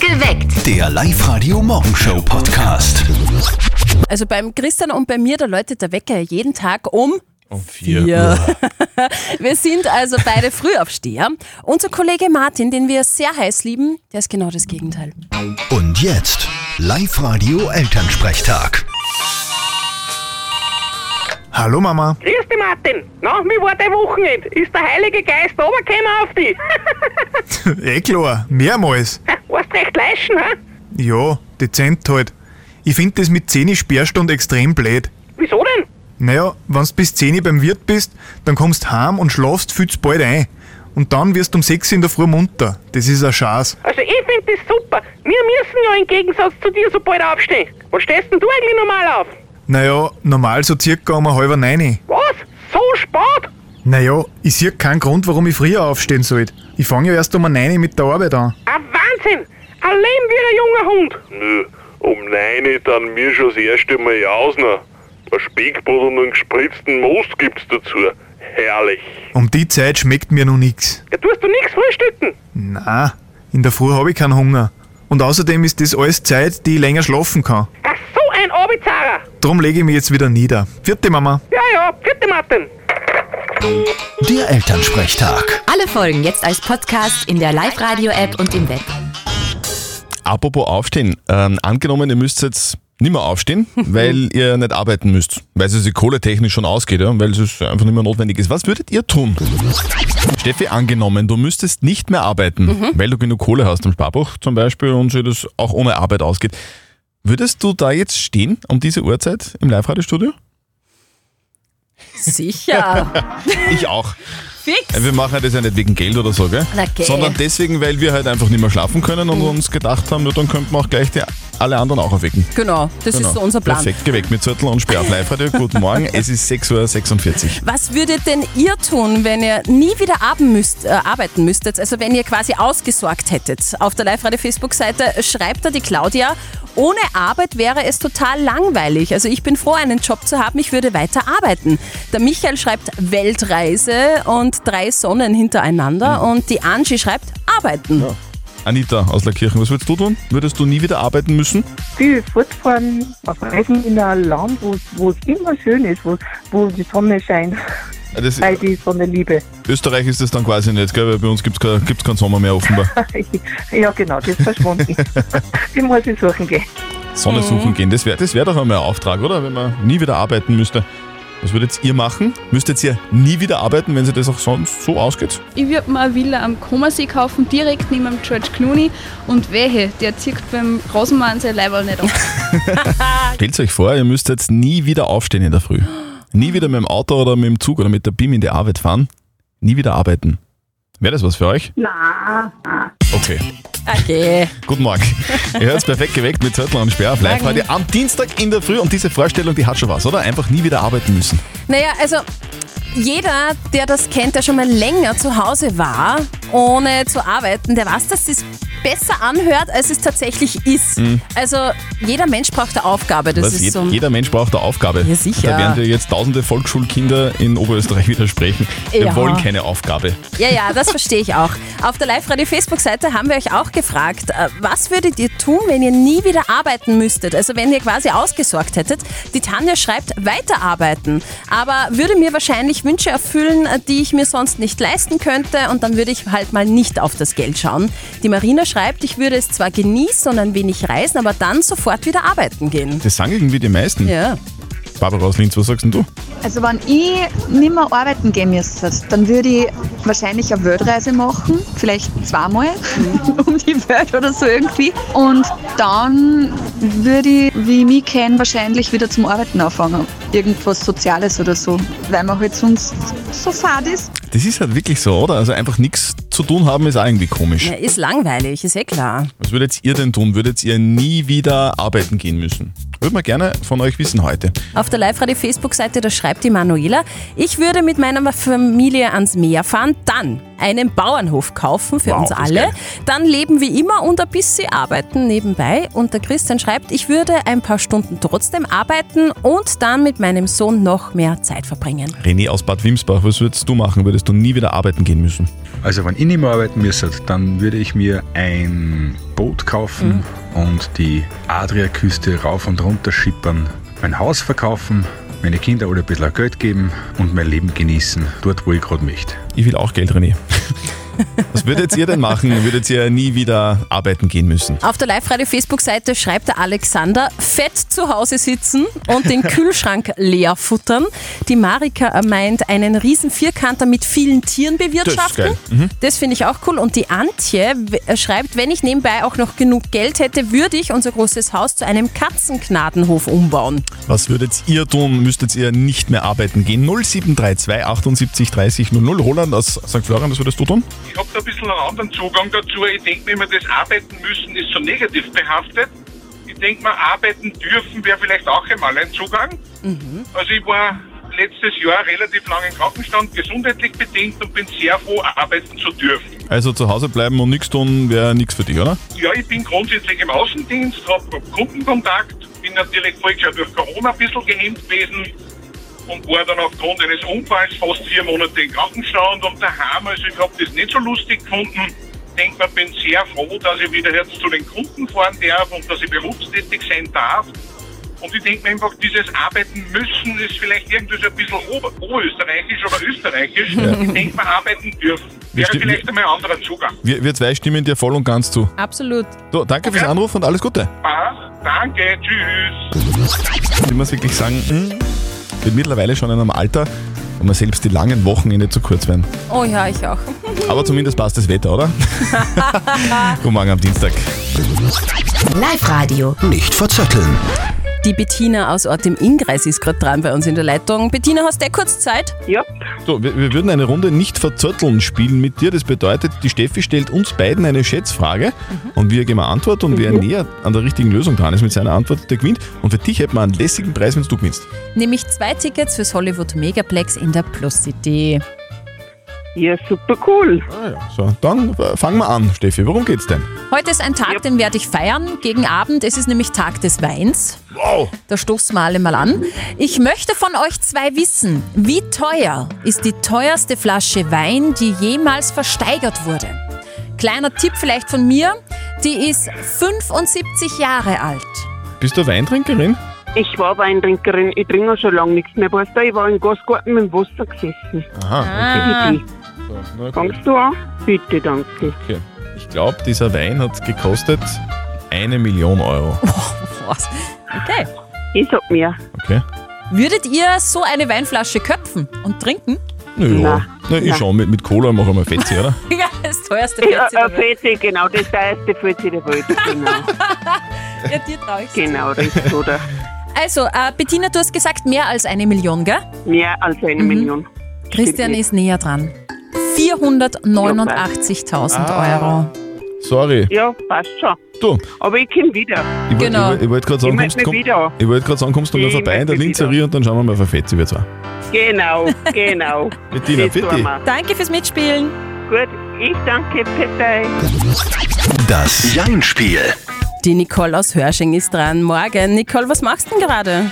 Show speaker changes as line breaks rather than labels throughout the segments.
Geweckt.
Der Live-Radio-Morgenshow-Podcast.
Also beim Christian und bei mir, da läutet der Wecker jeden Tag um.
Um vier.
Ja. Wir sind also beide Frühaufsteher. Unser Kollege Martin, den wir sehr heiß lieben, der ist genau das Gegenteil.
Und jetzt Live-Radio Elternsprechtag.
Hallo Mama.
Grüß dich, Martin. Na, wie war dein Wochenende? Ist der Heilige Geist runtergekommen auf dich?
Eh klar, mehrmals.
Warst recht leischen, hä?
Ja, dezent halt. Ich find das mit 10 Sperrstunde extrem blöd.
Wieso denn?
Naja, wenn's bis 10 Uhr beim Wirt bist, dann kommst heim und schlafst viel zu bald ein. Und dann wirst um 6 Uhr in der Früh munter. Das ist ein Schatz.
Also, ich find das super. Wir müssen ja im Gegensatz zu dir so bald aufstehen. Wann stehst denn du eigentlich normal auf?
Naja, normal so circa um halber neun.
Was? So spät?
Naja, ich sehe keinen Grund, warum ich früher aufstehen sollte. Ich fange ja erst um neun mit der Arbeit an.
Ein Wahnsinn! Ein Leben wie ein junger Hund.
Nö, um 9 Uhr dann mir schon das erste Mal ausner. Ein Speckbrot und einen gespritzten Most gibt's dazu. Herrlich.
Um die Zeit schmeckt mir noch nix.
Ja, tust du nichts frühstücken?
Na, in der Früh habe ich keinen Hunger. Und außerdem ist das alles Zeit, die ich länger schlafen kann.
Ach, so ein Abizarrer.
Drum lege ich mich jetzt wieder nieder. Vierte Mama.
Ja, ja, vierte Martin.
Der Elternsprechtag.
Alle Folgen jetzt als Podcast in der Live-Radio-App und im Web.
Apropos Aufstehen. Ähm, angenommen, ihr müsst jetzt nicht mehr aufstehen, weil ihr nicht arbeiten müsst, weil es die Kohle technisch schon ausgeht, ja, weil es einfach nicht mehr notwendig ist. Was würdet ihr tun? Steffi, angenommen, du müsstest nicht mehr arbeiten,
Mhm.
weil du genug Kohle hast im Sparbuch zum Beispiel und so das auch ohne Arbeit ausgeht. Würdest du da jetzt stehen um diese Uhrzeit im Live-Radio-Studio?
Sicher.
Ich auch. Äh,
Fix.
Wir machen das ja nicht wegen Geld oder so, gell?
Na, gell. Mhm.
Sondern deswegen, weil wir halt einfach nicht mehr schlafen können und uns gedacht haben, nur dann könnten wir auch gleich die, alle anderen auch erwecken.
Genau, das
Genau.
ist so unser Plan.
Perfekt, geweckt mit Zürtel und Sperr auf Live-Radio. Guten Morgen, es ist 6.46 Uhr.
Was würdet denn ihr tun, wenn ihr nie wieder ab müsst, äh, arbeiten müsstet? Also wenn ihr quasi ausgesorgt hättet. Auf der Live-Radio-Facebook-Seite schreibt da die Claudia, ohne Arbeit wäre es total langweilig. Also ich bin froh, einen Job zu haben, ich würde weiter arbeiten. Der Michael schreibt Weltreise und drei Sonnen hintereinander und die Angie schreibt Arbeiten.
Anita aus Lackirchen, was würdest du tun? Würdest du nie wieder arbeiten müssen?
viel fortfahren, auf Reisen in ein Land, wo wo es immer schön ist, wo, wo die Sonne scheint,
Das,
weil die Sonne liebe.
Österreich ist das dann quasi nicht, gell? Weil bei uns gibt's kein, gibt's keinen Sommer mehr offenbar.
ja, genau, das ist verschwunden. die muss ich suchen gehen.
Sonne suchen gehen, das wäre das wär doch einmal ein Auftrag, oder? Wenn man nie wieder arbeiten müsste. Was würdet ihr machen? Müsstet ihr nie wieder arbeiten, wenn sie das auch sonst so ausgeht?
Ich würde mir eine Villa am Kommersee kaufen, direkt neben dem George Clooney. Und wehe, der zieht beim Rosenmann sein Leiberl nicht ab.
Stellt euch vor, ihr müsst jetzt nie wieder aufstehen in der Früh. Nie wieder mit dem Auto oder mit dem Zug oder mit der BIM in die Arbeit fahren. Nie wieder arbeiten. Wäre das was für euch? Na. Okay.
Okay.
Guten Morgen. Ihr hört's perfekt geweckt mit Zettel und Sperr auf live heute am Dienstag in der Früh. Und diese Vorstellung, die hat schon was, oder? Einfach nie wieder arbeiten müssen.
Naja, also jeder, der das kennt, der schon mal länger zu Hause war, ohne zu arbeiten, der weiß, dass es besser anhört, als es tatsächlich ist. Also jeder Mensch braucht eine Aufgabe. Das
Mhm. Was,
ist
jed-
so.
jeder Mensch braucht eine Aufgabe.
Ja, sicher.
Da werden dir jetzt tausende Volksschulkinder in Oberösterreich widersprechen. Wir
Ja.
wollen keine Aufgabe.
Ja, ja, das verstehe ich auch. Auf der Live-Radio-Facebook-Seite haben wir euch auch gefragt, äh, was würdet ihr tun, wenn ihr nie wieder arbeiten müsstet? Also wenn ihr quasi ausgesorgt hättet. Die Tanja schreibt, weiterarbeiten. Aber würde mir wahrscheinlich Wünsche erfüllen, äh, die ich mir sonst nicht leisten könnte. Und dann würde ich halt mal nicht auf das Geld schauen. Die Marina schreibt, ich würde es zwar genießen und ein wenig reisen, aber dann sofort wieder arbeiten gehen.
Das sagen irgendwie die meisten.
Ja.
Barbara aus Linz, was sagst denn du?
Also wenn ich nicht mehr arbeiten gehen müsste, dann würde ich wahrscheinlich eine Weltreise machen, vielleicht zweimal um die Welt oder so irgendwie. Und dann würde ich, wie ich mich kenne, wahrscheinlich wieder zum Arbeiten anfangen. Irgendwas Soziales oder so, weil man halt sonst so fad ist.
Das ist halt wirklich so, oder? Also einfach nichts zu tun haben ist auch irgendwie komisch.
Ja, ist langweilig, ist eh klar.
Was würdet ihr denn tun? Würdet ihr nie wieder arbeiten gehen müssen? Würde man gerne von euch wissen heute.
Auf der Live-Radio-Facebook-Seite, da schreibt die Manuela, ich würde mit meiner Familie ans Meer fahren, dann einen Bauernhof kaufen für
Wow,
uns
das ist
alle,
geil.
dann leben wie immer und ein bisschen arbeiten nebenbei. Und der Christian schreibt, ich würde ein paar Stunden trotzdem arbeiten und dann mit meinem Sohn noch mehr Zeit verbringen.
René aus Bad Wimsbach, was würdest du machen? Würdest würdest du nie wieder arbeiten gehen müssen?
Also wenn ich nicht mehr arbeiten müsste, dann würde ich mir ein Boot kaufen und die Adriaküste rauf und runter schippern, mein Haus verkaufen, meine Kinder alle ein bisschen Geld geben und mein Leben genießen, dort wo ich gerade möchte.
Ich will auch Geld, René. Was würdet ihr denn machen? Würdet ihr nie wieder arbeiten gehen müssen?
Auf der Live-Radio-Facebook-Seite schreibt der Alexander, fett zu Hause sitzen und den Kühlschrank leer futtern. Die Marika meint, einen riesen Vierkanter mit vielen Tieren bewirtschaften.
geil. Mhm.
Das finde ich auch cool. Und die Antje w- äh, schreibt, wenn ich nebenbei auch noch genug Geld hätte, würde ich unser großes Haus zu einem Katzenknadenhof umbauen.
Was würdet ihr tun? Müsstet ihr nicht mehr arbeiten gehen? 0732 78 30 00. Roland aus St. Florian, was würdest du tun?
Ich habe da ein bisschen einen anderen Zugang dazu. Ich denke mir immer, das Arbeiten müssen ist so negativ behaftet. Ich denke mir, arbeiten dürfen wäre vielleicht auch einmal ein Zugang. Also ich war letztes Jahr relativ lange im Krankenstand, gesundheitlich bedingt und bin sehr froh, arbeiten zu dürfen.
Also zu Hause bleiben und nichts tun wäre nichts für dich, oder?
Ja, ich bin grundsätzlich im Außendienst, habe Kundenkontakt, bin natürlich voriges Jahr durch Corona ein bisschen gehemmt gewesen und war dann aufgrund eines Unfalls fast vier Monate im Krankenstand und daheim. Also ich habe das nicht so lustig gefunden. Denke mal, bin sehr froh, dass ich wieder jetzt zu den Kunden fahren darf und dass ich berufstätig sein darf. Und ich denke mir einfach, dieses Arbeiten müssen ist vielleicht irgendwie so ein bisschen ober- oberösterreichisch oder österreichisch.
Ja.
Ich denke mal, arbeiten dürfen.
Wir
Wäre
stimmen-
vielleicht einmal ein anderer Zugang.
Wir, wir zwei stimmen dir voll und ganz zu.
Absolut.
So, danke fürs Anrufen und alles Gute.
Passt. Danke, tschüss.
Ich muss wirklich sagen, hm, ich bin mittlerweile schon in einem Alter, wo mir selbst die langen Wochenende zu kurz werden.
Oh ja, ich auch.
Aber zumindest passt das Wetter, oder? Guten Morgen am Dienstag.
Live-Radio. Nicht verzetteln.
Die Bettina aus Ort im Ingreis ist gerade dran bei uns in der Leitung. Bettina, hast du eh kurz Zeit?
Ja.
So, wir, wir würden eine Runde nicht verzötteln spielen mit dir. Das bedeutet, die Steffi stellt uns beiden eine Schätzfrage und wir geben eine Antwort und wer näher an der richtigen Lösung dran ist mit seiner Antwort, der gewinnt. Und für dich hätten wir einen lässigen Preis, wenn du gewinnst.
Nämlich zwei Tickets fürs Hollywood Megaplex in der Plus City.
Ja, super cool.
So, dann äh, fangen wir an, Steffi. Worum geht's denn?
Heute ist ein Tag, den werde ich feiern. Gegen Abend, es ist nämlich Tag des Weins.
Wow.
Da stoßen wir alle mal an. Ich möchte von euch zwei wissen, wie teuer ist die teuerste Flasche Wein, die jemals versteigert wurde? Kleiner Tipp vielleicht von mir, die ist 75 Jahre alt.
Bist du Weintrinkerin?
Ich war Weintrinkerin, ich trinke schon lange nichts mehr. Weißt du, ich war im Gastgarten mit dem Wasser gesessen.
Aha,
Bitte. Fangst du an? Bitte, danke.
Okay. Ich glaube, dieser Wein hat gekostet eine Million Euro.
Was? Okay.
Ich sag mir.
Okay.
Würdet ihr so eine Weinflasche köpfen und trinken?
Naja, na, ich
Na.
schon. Mit, mit Cola machen wir Fetzi, oder?
Ja, das teuerste
Ja,
Fetzi der
äh,
Welt.
Fetzi, genau, das teuerste Fetzi der Welt. Genau,
Ja, dir trau ich's.
genau das, oder?
Also, äh, Bettina, du hast gesagt mehr als eine Million, gell?
Mehr als eine Million.
Christian ist näher dran. 489.000 Euro.
Sorry.
Ja, passt schon.
Du.
Aber ich komm wieder.
Ich wollt-
Genau.
Ich wollt- ich wollte gerade sagen,
Ich
kommst,
meld mich wieder.
ich wollt grad sagen, kommst du mal
Ich
vorbei in
meld
der
mich
Linzerie und dann schauen wir mal, verfetzt wir zwar.
Genau, genau.
Bettina,
Das tun
bitte.
wir.
Danke fürs Mitspielen.
Gut, ich danke, bitte.
Das Jein-Spiel.
Die Nicole aus Hörsching ist dran. Morgen. Nicole, was machst du denn gerade?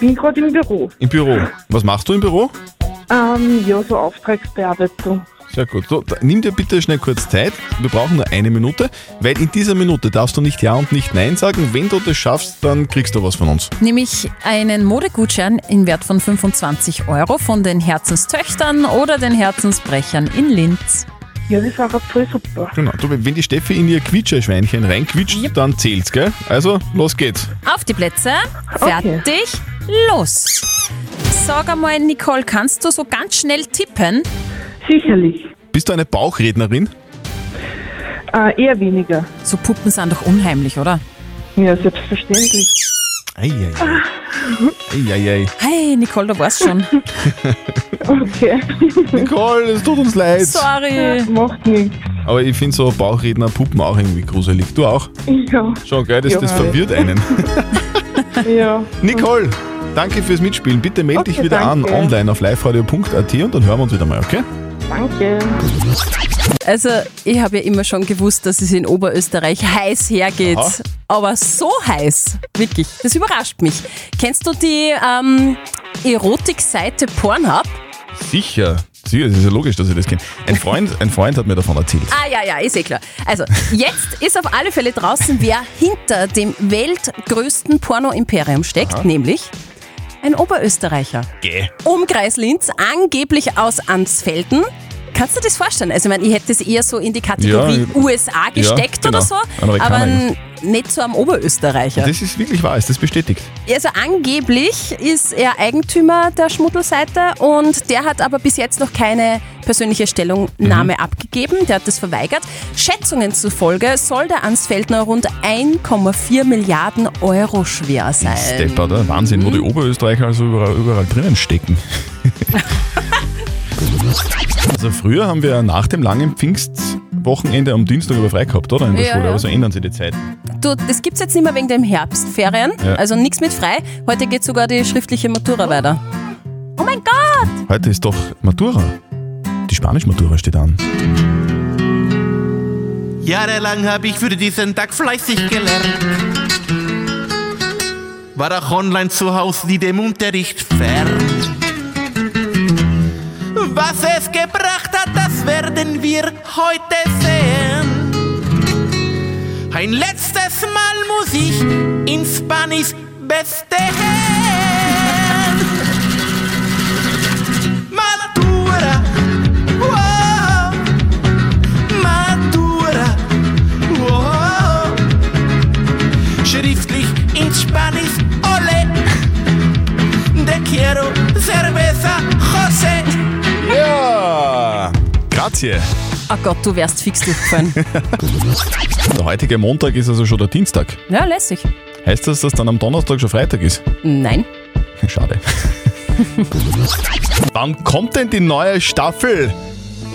Bin gerade im Büro.
Im Büro. Was machst du im Büro?
Ähm, ja, so Auftragsbearbeitung.
Sehr gut. So, da, nimm dir bitte schnell kurz Zeit. Wir brauchen nur eine Minute, weil in dieser Minute darfst du nicht Ja und nicht Nein sagen. Wenn du das schaffst, dann kriegst du was von uns.
Nämlich einen Modegutschein in Wert von 25 Euro von den Herzenstöchtern oder den Herzensbrechern in Linz.
Ja, das ist auch voll super.
Genau. Du, wenn die Steffi in ihr Quietscherschweinchen reinquietscht, dann zählt's, gell? Also, los geht's.
Auf die Plätze. Fertig. Los. Sag einmal, Nicole, kannst du so ganz schnell tippen?
Sicherlich.
Bist du eine Bauchrednerin?
Äh, eher weniger.
So Puppen sind doch unheimlich, oder?
Ja, selbstverständlich.
Eieiei. Eieiei.
Hey, Nicole, da war's schon.
Okay.
Nicole, es tut uns leid.
Sorry.
Macht nichts.
Aber ich finde so Bauchredner Puppen auch irgendwie gruselig. Du auch?
Ja,
Schon geil, das,
Ja.
das verwirrt einen.
ja.
Nicole, danke fürs Mitspielen. Bitte melde dich
Okay,
wieder
danke.
an online auf liveradio.at und dann hören wir uns wieder mal, okay?
Danke.
Also, ich habe ja immer schon gewusst, dass es in Oberösterreich heiß hergeht.
Aha.
Aber so heiß, wirklich, das überrascht mich. Kennst du die ähm, Erotikseite Pornhub?
Sicher. Sicher, das ist ja logisch, dass ich das kenne. Ein Freund, ein Freund hat mir davon erzählt.
Ah ja, ja, ist eh klar. Also, jetzt ist auf alle Fälle draußen, wer hinter dem weltgrößten Porno-Imperium steckt,
Aha.
nämlich ein Oberösterreicher.
Geh.
Umkreis Linz, angeblich aus Ansfelden. Kannst du dir das vorstellen? Also, ich meine, ich hätte es eher so in die Kategorie
Ja, ich-
USA gesteckt
Ja, genau.
oder so,
Amerikaner
aber
eben.
nicht so am Oberösterreicher.
Das ist wirklich wahr, ist das bestätigt.
Also angeblich ist er Eigentümer der Schmuddelseite und der hat aber bis jetzt noch keine persönliche Stellungnahme
Mhm.
abgegeben. Der hat das verweigert. Schätzungen zufolge soll der Ansfeldner rund 1,4 Milliarden Euro schwer sein.
Stepper, oder? Wahnsinn, wo
Ähm.
die Oberösterreicher also überall, überall drinnen stecken. also früher haben wir nach dem langen Pfingstwochenende am Dienstag über frei gehabt, oder? In der
Ja,
Schule,
ja.
aber so ändern sich die Zeiten.
Du, das gibt's jetzt nicht mehr wegen den Herbstferien.
Ja.
Also nichts mit frei. Heute geht sogar die schriftliche Matura weiter. Oh mein Gott!
Heute ist doch Matura. Die Spanisch-Matura steht an.
Jahrelang habe ich für diesen Tag fleißig gelernt. War auch online zu Hause, die dem Unterricht fern. Was es gebracht hat, das werden wir heute sehen. Ein letztes Mal muss ich in Spanisch bestehen. Matura, wow, Matura, wow. Schriftlich in Spanisch, ole. Te quiero, cerveza, José.
Ja! Grazie!
Oh Gott, du wärst fix durchgefallen.
Der heutige Montag ist also schon der Dienstag.
ja, lässig.
Heißt das, dass dann am Donnerstag schon Freitag ist?
Nein.
Schade. wann kommt denn die neue Staffel?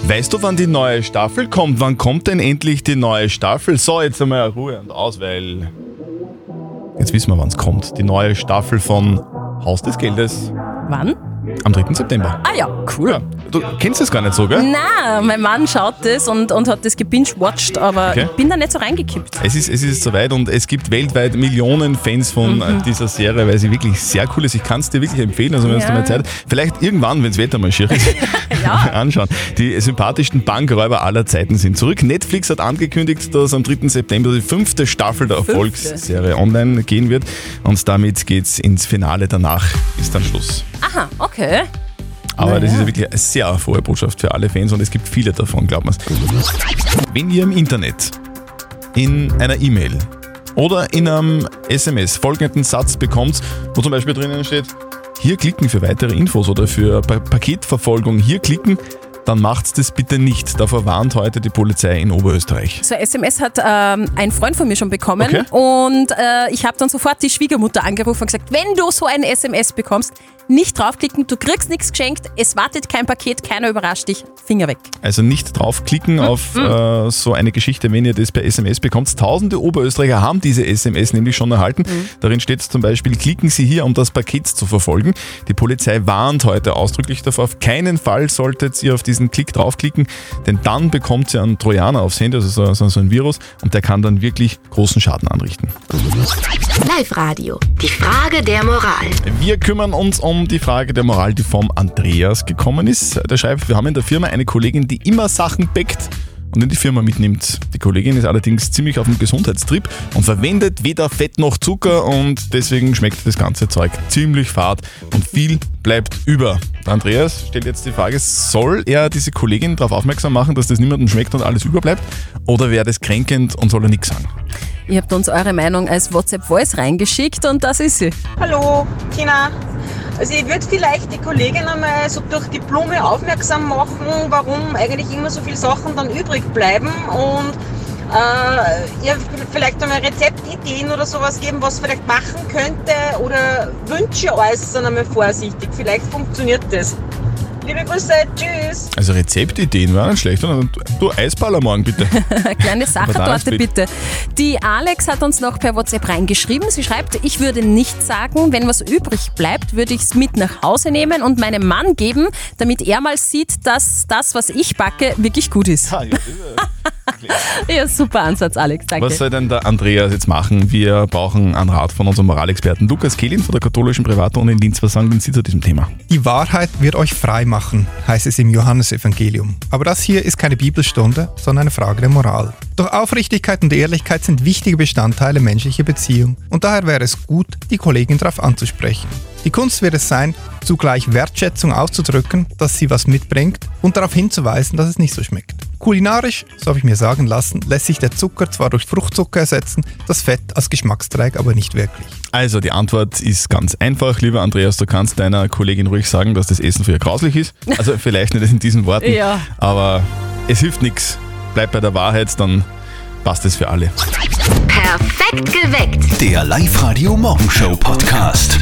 Weißt du, wann die neue Staffel kommt? Wann kommt denn endlich die neue Staffel? So, jetzt einmal Ruhe und aus, weil. Jetzt wissen wir, wann es kommt. Die neue Staffel von Haus des Geldes.
Wann?
Am 3. September.
Ah ja,
Cool. du kennst das gar nicht so, gell?
Na, mein Mann schaut das und, und hat das gebinge-watched, aber
Okay.
ich bin da nicht so reingekippt.
Es ist, es ist soweit und es gibt weltweit Millionen Fans von
Mhm.
äh, dieser Serie, weil sie wirklich sehr cool ist. Ich kann es dir wirklich empfehlen, also wenn es
Ja.
dir mal Zeit Vielleicht irgendwann, wenn das Wetter mal schier ist, anschauen. Die sympathischsten Bankräuber aller Zeiten sind zurück. Netflix hat angekündigt, dass am 3. September die fünfte Staffel der Erfolgsserie online gehen wird und damit geht's ins Finale. Danach ist dann Schluss.
Aha, okay.
Aber das ist ja wirklich eine sehr frohe Botschaft für alle Fans und es gibt viele davon, glaubt man Wenn ihr im Internet in einer E-Mail oder in einem SMS folgenden Satz bekommt, wo zum Beispiel drinnen steht, hier klicken für weitere Infos oder für pa Paketverfolgung, hier klicken, dann macht's das bitte nicht. Davor warnt heute die Polizei in Oberösterreich.
So eine SMS hat ähm, ein Freund von mir schon bekommen
Okay.
und äh, ich habe dann sofort die Schwiegermutter angerufen und gesagt, wenn du so eine SMS bekommst, nicht draufklicken, du kriegst nichts geschenkt, es wartet kein Paket, keiner überrascht dich, Finger weg.
Also nicht draufklicken auf äh, so eine Geschichte, wenn ihr das per SMS bekommt. Tausende Oberösterreicher haben diese SMS nämlich schon erhalten. Darin steht zum Beispiel, klicken Sie hier, um das Paket zu verfolgen. Die Polizei warnt heute ausdrücklich davor, auf keinen Fall solltet ihr auf diesen Klick draufklicken, denn dann bekommt ihr einen Trojaner aufs Handy, also so, so, so ein Virus, und der kann dann wirklich großen Schaden anrichten.
Live-Radio. Die Frage der Moral.
Wir kümmern uns um die Frage der Moral, die vom Andreas gekommen ist. Der schreibt, wir haben in der Firma eine Kollegin, die immer Sachen backt und in die Firma mitnimmt. Die Kollegin ist allerdings ziemlich auf dem Gesundheitstrip und verwendet weder Fett noch Zucker und deswegen schmeckt das ganze Zeug ziemlich fad und viel bleibt über. Der Andreas stellt jetzt die Frage, soll er diese Kollegin darauf aufmerksam machen, dass das niemandem schmeckt und alles überbleibt oder wäre das kränkend und soll er nichts sagen?
Ihr habt uns eure Meinung als WhatsApp-Voice reingeschickt und das ist sie.
Hallo, Tina. Also ich würde vielleicht die Kollegin einmal so durch die Blume aufmerksam machen, warum eigentlich immer so viele Sachen dann übrig bleiben und äh, ihr vielleicht einmal Rezeptideen oder sowas geben, was vielleicht machen könnte oder Wünsche äußern einmal vorsichtig. Vielleicht funktioniert das. Liebe Grüße, tschüss.
Also Rezeptideen wären nicht schlecht. oder? Du Eisballer morgen bitte.
Kleine Sachertorte
Bananensplit.
bitte. Die Alex hat uns noch per WhatsApp reingeschrieben. Sie schreibt, ich würde nicht sagen, wenn was übrig bleibt, würde ich es mit nach Hause nehmen und meinem Mann geben, damit er mal sieht, dass Ah, das, was ich backe, wirklich gut ist. ja, super Ansatz, Alex. Danke.
Was soll denn der Andreas jetzt machen? Wir brauchen einen Rat von unserem Moralexperten Lukas Kehlin von der katholischen Privatuni in Linz. Was sagen denn Sie zu diesem Thema?
Die Wahrheit wird euch frei machen, heißt es im Johannesevangelium. Aber das hier ist keine Bibelstunde, sondern eine Frage der Moral. Doch Aufrichtigkeit und Ehrlichkeit sind wichtige Bestandteile menschlicher Beziehung und daher wäre es gut, die Kollegin darauf anzusprechen. Die Kunst wird es sein, zugleich Wertschätzung auszudrücken, dass sie was mitbringt und darauf hinzuweisen, dass es nicht so schmeckt. Kulinarisch, so habe ich mir sagen lassen, lässt sich der Zucker zwar durch Fruchtzucker ersetzen, das Fett als Geschmacksträger aber nicht wirklich.
Also die Antwort ist ganz einfach. Lieber Andreas, du kannst deiner Kollegin ruhig sagen, dass das Essen für ihr grauslich ist. Also vielleicht nicht in diesen Worten,
Ja.
aber es hilft nichts. Bleib bei der Wahrheit, dann passt es für alle.
Perfekt geweckt. Der Live-Radio Morgenshow Podcast.